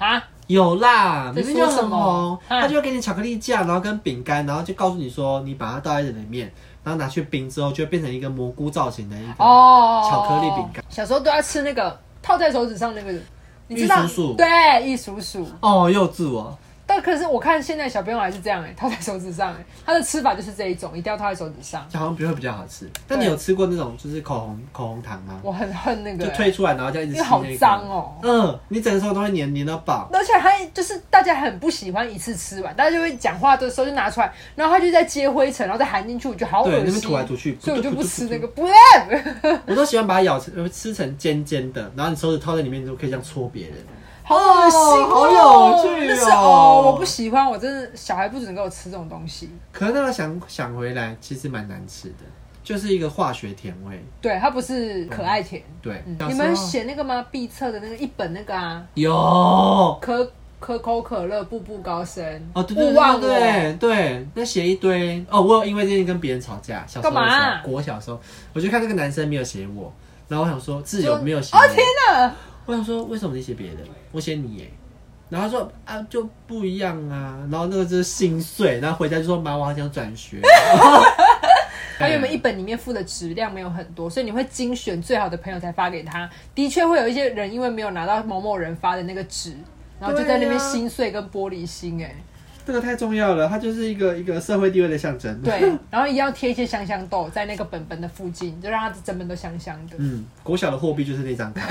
[SPEAKER 2] 哈，
[SPEAKER 3] 有啦，
[SPEAKER 2] 在
[SPEAKER 3] 明明
[SPEAKER 2] 说
[SPEAKER 3] 就很
[SPEAKER 2] 什么
[SPEAKER 3] 红，
[SPEAKER 2] 啊
[SPEAKER 3] 他就会给你巧克力酱，然后跟饼干，然后就告诉你说你把它倒在这里面，然后拿去冰之后，就会变成一个蘑菇造型的一个。
[SPEAKER 2] 哦，
[SPEAKER 3] 巧克力饼干，
[SPEAKER 2] 小时候都要吃那个套在手指上那个，你知道？
[SPEAKER 3] 玉蜀黍
[SPEAKER 2] 对，玉蜀黍。
[SPEAKER 3] 哦，幼稚哦，
[SPEAKER 2] 但可是我看现在小朋友还是这样哎、套在手指上哎、他的吃法就是这一种，一定要套在手指上。
[SPEAKER 3] 就好像比会比较好吃。但
[SPEAKER 2] 对
[SPEAKER 3] 你有吃过那种就是口红口红糖吗？
[SPEAKER 2] 我很恨那个、
[SPEAKER 3] 就
[SPEAKER 2] 欸，
[SPEAKER 3] 推出来，然后就一直
[SPEAKER 2] 因
[SPEAKER 3] 吸
[SPEAKER 2] 为好
[SPEAKER 3] 那个。
[SPEAKER 2] 脏哦、
[SPEAKER 3] 嗯，你整个手都会黏黏到
[SPEAKER 2] [LAUGHS]
[SPEAKER 3] 爆。
[SPEAKER 2] 而且还就是大家很不喜欢一次吃完，大家就会讲话的时候就拿出来，然后他就在接灰尘，然后再含进去，我觉得好恶
[SPEAKER 3] 对，那
[SPEAKER 2] 心
[SPEAKER 3] 边。吐来吐去，
[SPEAKER 2] 所以我就不吃那个，不要。
[SPEAKER 3] 我都喜欢把它咬成呃吃成尖尖的，然后你手指套在里面，你就可以这样戳别人。
[SPEAKER 2] 好恶心、哦，
[SPEAKER 3] 哦好有趣哦
[SPEAKER 2] 那是哦，我不喜欢，我真的小孩不准给我吃这种东西。
[SPEAKER 3] 可是那个想想回来，其实蛮难吃的，就是一个化学甜味。
[SPEAKER 2] 对，它不是可爱甜。
[SPEAKER 3] 对，
[SPEAKER 2] 嗯
[SPEAKER 3] 小
[SPEAKER 2] 你
[SPEAKER 3] 时候
[SPEAKER 2] 们写那个吗？必测的那个一本那个啊，
[SPEAKER 3] 有哦，
[SPEAKER 2] 可可口可乐步步高升。
[SPEAKER 3] 对对
[SPEAKER 2] 勿忘
[SPEAKER 3] 对
[SPEAKER 2] 我。
[SPEAKER 3] 对对，那写一堆哦，我有因为这件跟别人吵架，小时候的
[SPEAKER 2] 干嘛
[SPEAKER 3] 时
[SPEAKER 2] 啊
[SPEAKER 3] 候，国小的时候，我就看那个男生没有写我，然后我想说自由没有写
[SPEAKER 2] 哦
[SPEAKER 3] 我，
[SPEAKER 2] 天哪！
[SPEAKER 3] 我想说为什么你写别人，我写你耶。然后他说啊就不一样啊，然后那个就是心碎，然后回家就说妈我好想转学， [LAUGHS] 哎
[SPEAKER 2] 它原本一本里面附的质量没有很多，所以你会精选最好的朋友才发给他。的确会有一些人因为没有拿到某某人发的那个纸，然后就在那边
[SPEAKER 3] 对啊
[SPEAKER 2] 心碎跟玻璃心哎、
[SPEAKER 3] 这个太重要了，它就是一个一个社会地位的象征。
[SPEAKER 2] 对，然后一定要贴一些香香豆在那个本本的附近，就让它整本都香香的。
[SPEAKER 3] 嗯，国小的货币就是那张卡，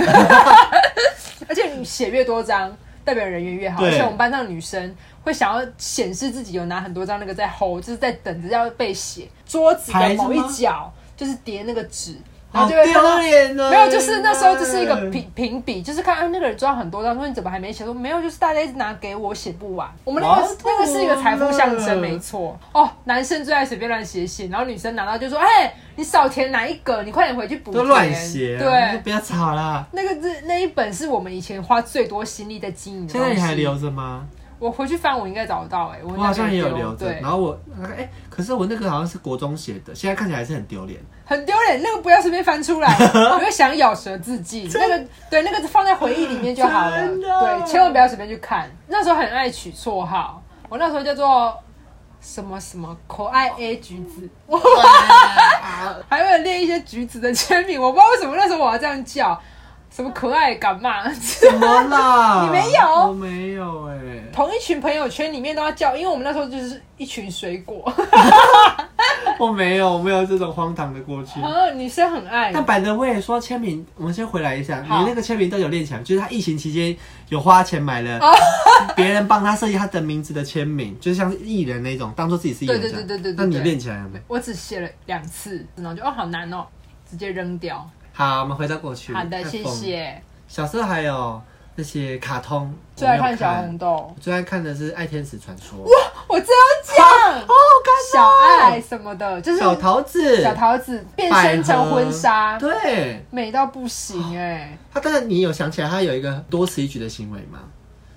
[SPEAKER 2] 而且你写越多张，代表人缘越好。
[SPEAKER 3] 对
[SPEAKER 2] 而且我们班上的女生会想要显示自己有拿很多张那个在 hold，就是在等着要被写。桌子的某一
[SPEAKER 3] 牌子
[SPEAKER 2] 角就是叠那个纸， [LAUGHS] 然
[SPEAKER 3] 好
[SPEAKER 2] 后就会看到
[SPEAKER 3] 丢脸哦！
[SPEAKER 2] 没有，就是那时候就是一个评评比，就是看啊那个人抓很多张，说你怎么还没写？说没有，就是大家一直拿给我写不完。我们那
[SPEAKER 3] 哇
[SPEAKER 2] 个是那个是一个财富象
[SPEAKER 3] 真
[SPEAKER 2] 征，
[SPEAKER 3] 的
[SPEAKER 2] 没错。哦，男生最爱随便乱写信，然后女生拿到就说：“哎，你少填哪一个？你快点回去补。”
[SPEAKER 3] [LAUGHS] 都乱写、啊，
[SPEAKER 2] 对，
[SPEAKER 3] 不要吵啦。
[SPEAKER 2] 那个是那一本是我们以前花最多心力在经营的。
[SPEAKER 3] 现在你还？留着吗？
[SPEAKER 2] 我回去翻，我应该找得到。哎，我
[SPEAKER 3] 我
[SPEAKER 2] 应该
[SPEAKER 3] 好像也有
[SPEAKER 2] 丢
[SPEAKER 3] 留着。
[SPEAKER 2] 对
[SPEAKER 3] 然，后我哎、可是我那个好像是国中写的，现在看起来还是很
[SPEAKER 2] [LAUGHS]
[SPEAKER 3] 丢脸。
[SPEAKER 2] 很丢脸，那个不要随便翻出
[SPEAKER 3] [LAUGHS]
[SPEAKER 2] 来，你会想咬舌自尽。那个对，那个放在回忆里面就好了。
[SPEAKER 3] 真的
[SPEAKER 2] 对，千万不要随便去看。那时候很爱取绰号，我那时候叫做什么什么可爱 A 橘子，我 [LAUGHS] 还会列一些橘子的签名。我不知道为什么那时候我要这样叫，什么可爱干嘛？
[SPEAKER 3] 怎么啦？
[SPEAKER 2] 你没有
[SPEAKER 3] 我没有哎、
[SPEAKER 2] 同一群朋友圈里面都要叫，因为我们那时候就是一群水果， [LAUGHS]
[SPEAKER 3] [LAUGHS] 我没有，我没有这种荒唐的过去。
[SPEAKER 2] 啊，女生很爱。
[SPEAKER 3] 但百德我也说签名，我们先回来一下，你
[SPEAKER 2] 好
[SPEAKER 3] 那个签名都有练起来，就是他疫情期间有花钱买了
[SPEAKER 2] 哦
[SPEAKER 3] [LAUGHS] 别人帮他设计他的名字的签名，就像是艺人那种，当做自己是艺人这
[SPEAKER 2] 对
[SPEAKER 3] 样。
[SPEAKER 2] 对对对对对
[SPEAKER 3] 那你练起来了没？
[SPEAKER 2] 我只写了两次，然后就哦好难哦，直接扔掉。
[SPEAKER 3] 好，我们回到过去。
[SPEAKER 2] 好的，
[SPEAKER 3] 太
[SPEAKER 2] 谢
[SPEAKER 3] 疯了。
[SPEAKER 2] 谢。
[SPEAKER 3] 小时候还有那些卡通，
[SPEAKER 2] 最爱
[SPEAKER 3] 我没
[SPEAKER 2] 看
[SPEAKER 3] 有
[SPEAKER 2] 小红豆，
[SPEAKER 3] 我最爱看的是《爱天使传说》
[SPEAKER 2] 我真要讲
[SPEAKER 3] [LAUGHS] 哦，
[SPEAKER 2] 小爱什么的，就是
[SPEAKER 3] 小桃子，
[SPEAKER 2] 小桃子变身成婚纱
[SPEAKER 3] 百，合对，
[SPEAKER 2] 美到不行哎、
[SPEAKER 3] 他啊但是你有想起来他有一个多此一举的行为吗？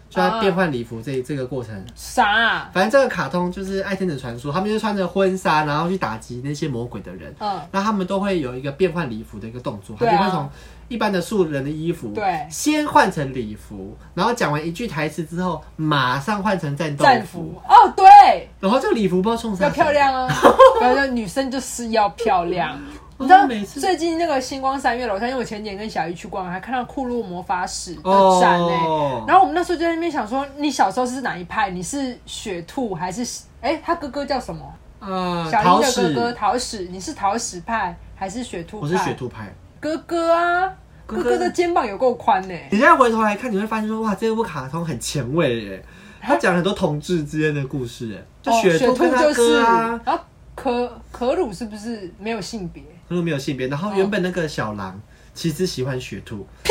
[SPEAKER 3] 就他变换礼服这、这个过程，
[SPEAKER 2] 啥啊？
[SPEAKER 3] 反正这个卡通就是《爱天使传说》，他们就穿着婚纱，然后去打击那些魔鬼的人。
[SPEAKER 2] 嗯，
[SPEAKER 3] 那他们都会有一个变换礼服的一个动作，他
[SPEAKER 2] 对
[SPEAKER 3] 就
[SPEAKER 2] 啊
[SPEAKER 3] 会从一般的素人的衣服，
[SPEAKER 2] 对
[SPEAKER 3] 先换成礼服，然后讲完一句台词之后，马上换成战斗
[SPEAKER 2] 战
[SPEAKER 3] 服
[SPEAKER 2] 服，哦，对，
[SPEAKER 3] 然后这个礼服不知道冲
[SPEAKER 2] [LAUGHS]
[SPEAKER 3] 啥，
[SPEAKER 2] 要漂。亮
[SPEAKER 3] [LAUGHS]
[SPEAKER 2] 啊！然后女生就是要漂亮。
[SPEAKER 3] 我
[SPEAKER 2] 你知道
[SPEAKER 3] 哦每次
[SPEAKER 2] 最近那个星光三月楼上，因为我前几天跟小姨去逛，还看到库洛魔法使的
[SPEAKER 3] 哦
[SPEAKER 2] 展呢、然后我们那时候就在那边想说，你小时候是哪一派？你是雪兔还是？哎、他哥哥叫什么？
[SPEAKER 3] 呃，
[SPEAKER 2] 小
[SPEAKER 3] 桃
[SPEAKER 2] 英的哥
[SPEAKER 3] 矢，
[SPEAKER 2] 哥桃矢，你是桃矢派还是雪兔派？
[SPEAKER 3] 我是雪兔派。
[SPEAKER 2] 哥哥啊，
[SPEAKER 3] 哥
[SPEAKER 2] 哥
[SPEAKER 3] 哥
[SPEAKER 2] 哥的肩膀有够宽欸呢、
[SPEAKER 3] 你现在回头来看，你会发现说，哇，这部卡通很前卫耶，他讲了很多同志之间的故事耶，就
[SPEAKER 2] 哎哦
[SPEAKER 3] 雪兔跟他
[SPEAKER 2] 就
[SPEAKER 3] 哥
[SPEAKER 2] 是，
[SPEAKER 3] 啊，
[SPEAKER 2] 然后可可鲁是不是没有性别？
[SPEAKER 3] 他都没有性别。然后原本那个小狼其实喜欢雪兔，屁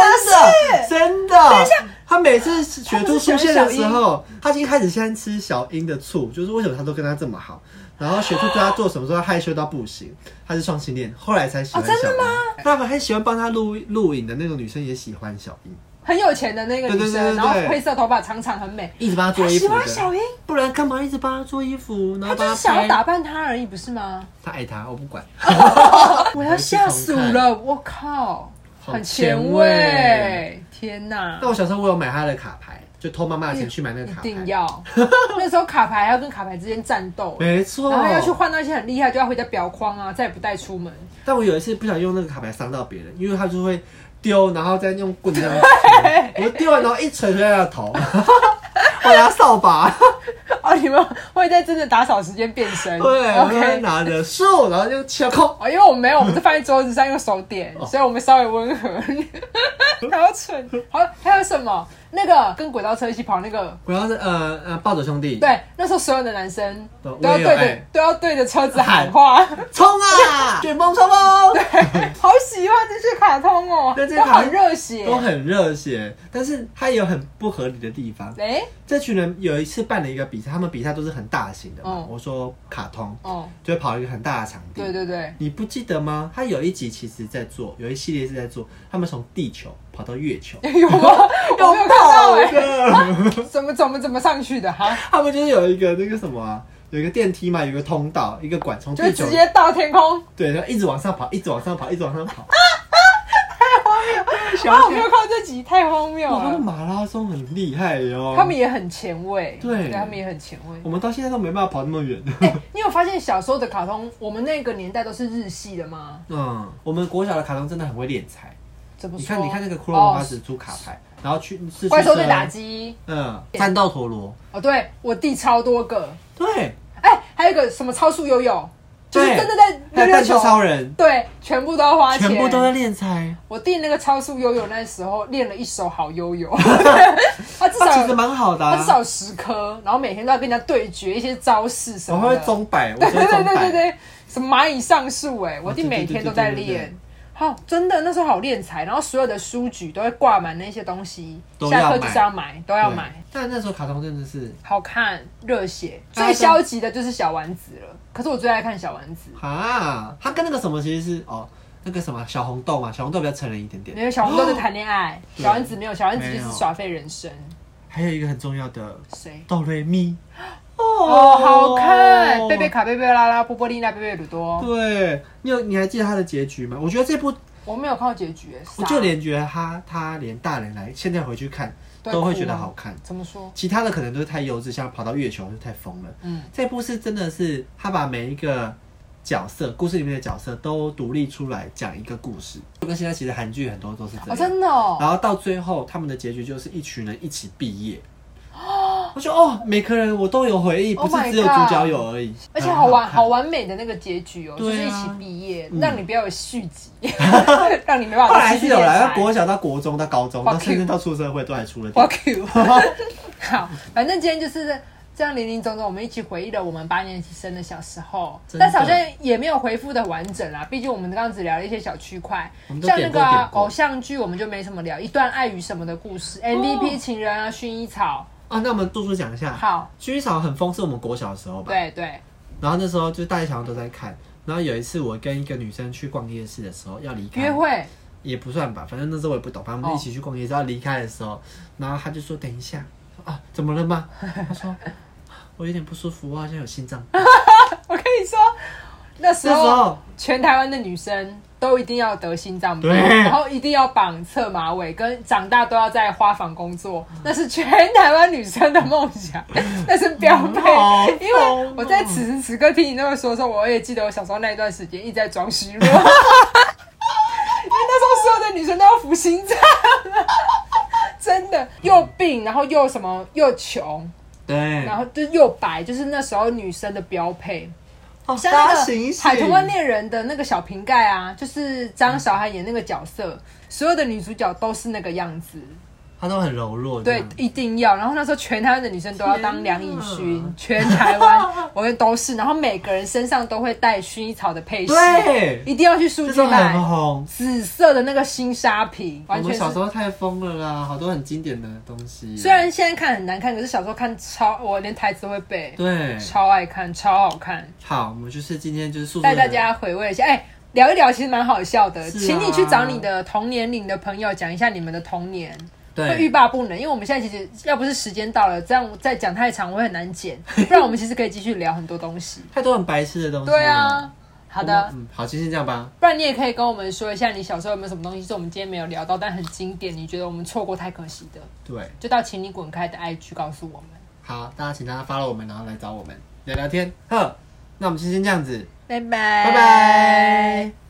[SPEAKER 3] 真的真的。
[SPEAKER 2] 等一下，
[SPEAKER 3] 他每次雪兔出
[SPEAKER 2] 他
[SPEAKER 3] 现的
[SPEAKER 2] 们是喜
[SPEAKER 3] 时
[SPEAKER 2] 欢
[SPEAKER 3] 候，他已经开始先吃小樱的醋，就是为什么他都跟他这么好。然后雪兔对他做什么时候害羞到不行，他是双性恋，后来才喜欢
[SPEAKER 2] 哦
[SPEAKER 3] 小
[SPEAKER 2] 真的
[SPEAKER 3] 樱。他们还喜欢帮他录录影的那个女生也喜欢小樱，
[SPEAKER 2] 很有钱的那个女
[SPEAKER 3] 对对对对
[SPEAKER 2] 生，然后
[SPEAKER 3] 对
[SPEAKER 2] 灰色头发，长长很美。
[SPEAKER 3] 一直帮他
[SPEAKER 2] 她
[SPEAKER 3] 做衣
[SPEAKER 2] 喜
[SPEAKER 3] 服
[SPEAKER 2] 欢
[SPEAKER 3] 的，
[SPEAKER 2] 小樱，
[SPEAKER 3] 不然干嘛一直帮他做衣服？然
[SPEAKER 2] 她
[SPEAKER 3] 后
[SPEAKER 2] 就
[SPEAKER 3] 帮
[SPEAKER 2] 是想要
[SPEAKER 3] 拍
[SPEAKER 2] 打扮她而已，不是吗？
[SPEAKER 3] 他爱他，我不管。
[SPEAKER 2] 我要吓死了！我靠，
[SPEAKER 3] 好
[SPEAKER 2] 很前
[SPEAKER 3] 前
[SPEAKER 2] 卫
[SPEAKER 3] 卫！
[SPEAKER 2] 天哪
[SPEAKER 3] [LAUGHS] 那，我小时候我有买他的卡牌，就偷妈妈的钱去买那个
[SPEAKER 2] 一
[SPEAKER 3] 卡牌。
[SPEAKER 2] 定要！ [LAUGHS] 那时候卡牌还要跟卡牌之间战斗，
[SPEAKER 3] 没错
[SPEAKER 2] 然，后要去换到一些很厉害，就要回家裱框啊，再也不带出门。
[SPEAKER 3] 但我有一次不小心用那个卡牌伤到别人，因为他就会丢，然后再用棍
[SPEAKER 2] [LAUGHS]
[SPEAKER 3] 子这样捶，我丢完然后一捶捶他的头，我拿扫把，
[SPEAKER 2] 哦，你们会在真的打扫时间变身？
[SPEAKER 3] 对，我会
[SPEAKER 2] ，OK。
[SPEAKER 3] 拿着树，然后就敲空。
[SPEAKER 2] 哦，因为我们没有，我们是放在桌子上用手点，
[SPEAKER 3] 哦
[SPEAKER 2] 所以我们稍微温和。
[SPEAKER 3] [LAUGHS]
[SPEAKER 2] 好蠢！好，还有什么？那个跟轨道车一起跑那个，
[SPEAKER 3] 我要是呃呃暴走兄弟，，
[SPEAKER 2] 对，那时候所有的男生
[SPEAKER 3] 哦
[SPEAKER 2] 都要
[SPEAKER 3] 我也
[SPEAKER 2] 对
[SPEAKER 3] 有
[SPEAKER 2] 着
[SPEAKER 3] 哎
[SPEAKER 2] 都要对着车子喊话。[LAUGHS]
[SPEAKER 3] 冲啊，卷风冲锋，
[SPEAKER 2] 好喜欢这些卡通哦，
[SPEAKER 3] 对这
[SPEAKER 2] 都
[SPEAKER 3] 些卡
[SPEAKER 2] 很
[SPEAKER 3] 通
[SPEAKER 2] 热血。
[SPEAKER 3] 都很热血，但是他也有很不合理的地方。
[SPEAKER 2] 哎、
[SPEAKER 3] 这群人有一次办了一个比赛，他们比赛都是很大型的嘛。
[SPEAKER 2] 嗯
[SPEAKER 3] 我说卡通，
[SPEAKER 2] 哦，
[SPEAKER 3] 就会跑一个很大的场地。
[SPEAKER 2] 对对
[SPEAKER 3] [LAUGHS]
[SPEAKER 2] 对，
[SPEAKER 3] 你不记得吗？他有一集其实在做，有一系列是在做，他们从地球跑到月球，
[SPEAKER 2] 有吗？ [LAUGHS] 我没有看到哎、
[SPEAKER 3] [LAUGHS] 的。
[SPEAKER 2] 怎么怎么怎么上去的哈？
[SPEAKER 3] 他们就是有一个那个什么啊、有一个电梯嘛，有一个通道，一个管从
[SPEAKER 2] 就是
[SPEAKER 3] 地球
[SPEAKER 2] 直接到天空。
[SPEAKER 3] 对，然后一直往上跑，一直往上跑，一直往
[SPEAKER 2] [LAUGHS]
[SPEAKER 3] 上跑。
[SPEAKER 2] 啊，我没
[SPEAKER 3] 太荒谬！
[SPEAKER 2] 有
[SPEAKER 3] 想
[SPEAKER 2] 看到这集，太荒谬
[SPEAKER 3] 想，哇，他们
[SPEAKER 2] 了。
[SPEAKER 3] 马拉松很厉害哟、
[SPEAKER 2] 他们也很前卫，
[SPEAKER 3] 哦对
[SPEAKER 2] 他们也很前卫。
[SPEAKER 3] 我们到现在都没办法跑那么远。 [LAUGHS]
[SPEAKER 2] [LAUGHS] 哎你有发现小时候的卡通，我们那个年代都是日系的吗？
[SPEAKER 3] 嗯，我们国小的卡通真的很会敛财。
[SPEAKER 2] 怎么说？
[SPEAKER 3] 你看，你看那个骷髅魔法
[SPEAKER 2] 哦
[SPEAKER 3] 使出卡牌，然后去是
[SPEAKER 2] 怪兽对打，击
[SPEAKER 3] 嗯，战斗陀螺，
[SPEAKER 2] 哦，对我弟超多个，
[SPEAKER 3] 对，
[SPEAKER 2] 哎、还有一个什么超速游泳，就是
[SPEAKER 3] 对
[SPEAKER 2] 真的在溜
[SPEAKER 3] 还有
[SPEAKER 2] 溜
[SPEAKER 3] 半球
[SPEAKER 2] 球，
[SPEAKER 3] 超人，
[SPEAKER 2] 对，全部都要花钱，
[SPEAKER 3] 全部都在练财。
[SPEAKER 2] 我弟那个超速悠悠那时候练了一手好悠
[SPEAKER 3] [LAUGHS]
[SPEAKER 2] 悠，他至
[SPEAKER 3] 他其
[SPEAKER 2] 少
[SPEAKER 3] 实
[SPEAKER 2] 有
[SPEAKER 3] 蛮好的、
[SPEAKER 2] 他至少
[SPEAKER 3] 啊，
[SPEAKER 2] 有十颗，然后每天都要跟人家对决一些招式什
[SPEAKER 3] 我
[SPEAKER 2] 么
[SPEAKER 3] 会
[SPEAKER 2] 的。
[SPEAKER 3] 中摆，我
[SPEAKER 2] 对
[SPEAKER 3] 只会
[SPEAKER 2] 对
[SPEAKER 3] 中
[SPEAKER 2] 对对
[SPEAKER 3] 摆。
[SPEAKER 2] 对，什么蚂蚁上树哎、我弟
[SPEAKER 3] 对对
[SPEAKER 2] 每天都在
[SPEAKER 3] 对对对对
[SPEAKER 2] 练。好，真的那时候好练财，然后所有的书局都会挂满那些东西，
[SPEAKER 3] 都要
[SPEAKER 2] 下课就是要买，都要
[SPEAKER 3] 对
[SPEAKER 2] 买，。
[SPEAKER 3] 但那时候卡通真的是
[SPEAKER 2] 好看热血，
[SPEAKER 3] 大家
[SPEAKER 2] 最
[SPEAKER 3] 都
[SPEAKER 2] 消极的就是小丸子了。可是我最爱看小丸子，
[SPEAKER 3] 啊，它跟那个什么其实是哦，那个什么小红豆嘛，小红豆比较成人一点
[SPEAKER 2] 因
[SPEAKER 3] 点。
[SPEAKER 2] 为小红豆在谈恋爱，
[SPEAKER 3] 哦
[SPEAKER 2] [GASPS]
[SPEAKER 3] 对
[SPEAKER 2] 小丸子没有，小丸子就
[SPEAKER 3] 没
[SPEAKER 2] 是
[SPEAKER 3] 有
[SPEAKER 2] 耍废人生。
[SPEAKER 3] 还有一个很重要的
[SPEAKER 2] 谁？
[SPEAKER 3] 哆瑞咪，
[SPEAKER 2] 哦，好看！贝贝卡、贝贝拉拉、波波丽娜、贝贝鲁多，
[SPEAKER 3] 哦对，你有你还记得它的结局吗？我觉得这部
[SPEAKER 2] 我没有看到结局，欸
[SPEAKER 3] 我
[SPEAKER 2] 傻
[SPEAKER 3] 就连觉得他他连大人来现在回去看
[SPEAKER 2] 对
[SPEAKER 3] 都会
[SPEAKER 2] 哭啊
[SPEAKER 3] 觉得
[SPEAKER 2] 吗
[SPEAKER 3] 好看，
[SPEAKER 2] 怎么说？
[SPEAKER 3] 其他的可能都是太幼稚，像跑到月球就太疯了。
[SPEAKER 2] 嗯，
[SPEAKER 3] 这部是真的是他把每一个角色故事里面的角色都独立出来讲一个故事，就跟现在其实韩剧很多都是这
[SPEAKER 2] 哦，
[SPEAKER 3] 样。
[SPEAKER 2] 真的哦，
[SPEAKER 3] 然后到最后他们的结局就是一群人一起毕业。我觉得哦，每个人我都有回忆，不
[SPEAKER 2] Oh my
[SPEAKER 3] 是只有主角有而已。
[SPEAKER 2] 而且
[SPEAKER 3] 很
[SPEAKER 2] 好
[SPEAKER 3] [LAUGHS]
[SPEAKER 2] 完
[SPEAKER 3] 看
[SPEAKER 2] 好。完美的那个结局哦，就是
[SPEAKER 3] 对
[SPEAKER 2] 一
[SPEAKER 3] 啊
[SPEAKER 2] 起毕业，
[SPEAKER 3] 嗯
[SPEAKER 2] 让你不要有续
[SPEAKER 3] [LAUGHS]
[SPEAKER 2] 集， [LAUGHS] 让你没办
[SPEAKER 3] 后
[SPEAKER 2] 法
[SPEAKER 3] 来
[SPEAKER 2] 再
[SPEAKER 3] 还
[SPEAKER 2] 继
[SPEAKER 3] 是
[SPEAKER 2] 续
[SPEAKER 3] 有
[SPEAKER 2] 敛
[SPEAKER 3] 来，
[SPEAKER 2] 财
[SPEAKER 3] 到。国小到国中到高中
[SPEAKER 2] 哇
[SPEAKER 3] 到甚至
[SPEAKER 2] cute
[SPEAKER 3] 到出社会都还出了。
[SPEAKER 2] Fuck
[SPEAKER 3] [LAUGHS]
[SPEAKER 2] you！好，反正今天就是这样零零总总，我们一起回忆了我们八年级生的小时候，
[SPEAKER 3] 真的
[SPEAKER 2] 但是好像也没有回复的完整啦。毕竟我们刚刚只聊了一些小区块
[SPEAKER 3] 我们，都
[SPEAKER 2] 像那
[SPEAKER 3] 点
[SPEAKER 2] 个
[SPEAKER 3] 过
[SPEAKER 2] 啊、
[SPEAKER 3] 点过哦
[SPEAKER 2] 偶像剧，我们就没什么聊。一段爱与什么的故事、m v p 情人啊，薰衣草，
[SPEAKER 3] 啊，那我们杜叔讲一下。
[SPEAKER 2] 好，
[SPEAKER 3] 薰衣草很疯是我们国小的时候吧？。
[SPEAKER 2] 对对，
[SPEAKER 3] 然后那时候就是大家小朋友都在看。然后有一次我跟一个女生去逛夜市的时候要离开，
[SPEAKER 2] 约会哦
[SPEAKER 3] 也不算吧，反正那时候我也不懂。反正我们一起去逛夜市要离开的时候，然后她就说等一下啊，怎么了吗？她说啊我有点不舒服，我好像有心脏病。
[SPEAKER 2] 我跟你说，那时
[SPEAKER 3] 那时
[SPEAKER 2] 候
[SPEAKER 3] 候
[SPEAKER 2] 全台湾的女生都一定要得心脏病，
[SPEAKER 3] 对
[SPEAKER 2] 然后一定要绑侧马尾，跟长大都要在花房工作，
[SPEAKER 3] 嗯
[SPEAKER 2] 那是全台湾女生的梦想， [LAUGHS] 那是标配
[SPEAKER 3] 嗯好。哦
[SPEAKER 2] 因为我在此时此刻听你那么说的时候，我也记得我小时候那一段时间一直在装虚
[SPEAKER 3] [LAUGHS]
[SPEAKER 2] 弱，因为那时候所有的女生都要服心脏。 [LAUGHS] 真的又病，然后又什么又穷， [LAUGHS]
[SPEAKER 3] 对，
[SPEAKER 2] 然后哦就又白，就是那时候女生的标配。
[SPEAKER 3] 哦
[SPEAKER 2] 像那
[SPEAKER 3] 大
[SPEAKER 2] 个
[SPEAKER 3] 家
[SPEAKER 2] 《
[SPEAKER 3] 醒
[SPEAKER 2] 海豚湾
[SPEAKER 3] 醒。
[SPEAKER 2] 恋人》的那个小瓶盖啊，就是张韶涵演那个角色，所有的女主角都是那个样子，
[SPEAKER 3] 它都很柔弱。
[SPEAKER 2] 对，
[SPEAKER 3] 这样
[SPEAKER 2] 一定要。然后那时候全台湾的女生都要当梁以
[SPEAKER 3] 嗯天
[SPEAKER 2] 薰，全台湾我们都是，然后每个人身上都会带薰衣草的配饰，
[SPEAKER 3] 对
[SPEAKER 2] 一定要去书
[SPEAKER 3] 这
[SPEAKER 2] 局
[SPEAKER 3] 种
[SPEAKER 2] 买
[SPEAKER 3] 很红。
[SPEAKER 2] 紫色的那个新沙瓶，
[SPEAKER 3] 我
[SPEAKER 2] 完全
[SPEAKER 3] 们
[SPEAKER 2] 是
[SPEAKER 3] 小时候太疯了啦，好多很经典的东西。啊
[SPEAKER 2] 虽然现在看很难看，可是小时候看超，我连台词都会背，
[SPEAKER 3] 对，
[SPEAKER 2] 超爱看，超好看，
[SPEAKER 3] 好，我们就是今天就是速速
[SPEAKER 2] 带
[SPEAKER 3] 地
[SPEAKER 2] 大家回味一下。哎、聊一聊其实蛮好笑的，
[SPEAKER 3] 是啊
[SPEAKER 2] 请你去找你的同年龄的朋友讲一下你们的童年，会欲
[SPEAKER 3] 对
[SPEAKER 2] 罢不能。因为我们现在其实要不是时间到了，这样再讲太长我会很难
[SPEAKER 3] [LAUGHS]
[SPEAKER 2] 剪，不然我们其实可以继续聊很多东西。
[SPEAKER 3] 太多很白痴的东西。
[SPEAKER 2] 对，啊，好
[SPEAKER 3] 好
[SPEAKER 2] 的，
[SPEAKER 3] 嗯，好，今天这样吧。
[SPEAKER 2] 不然你也可以跟我们说一下你小时候有没有什么东西是我们今天没有聊到，但很经典，你觉得我们错过太可惜的，
[SPEAKER 3] 对，
[SPEAKER 2] 就到请你滚开的 IG 告诉我们。
[SPEAKER 3] 好，大家请大家 follow 我们，然后来找我们聊聊天。呵，那我们先先这样子，
[SPEAKER 2] 拜拜，
[SPEAKER 3] 拜拜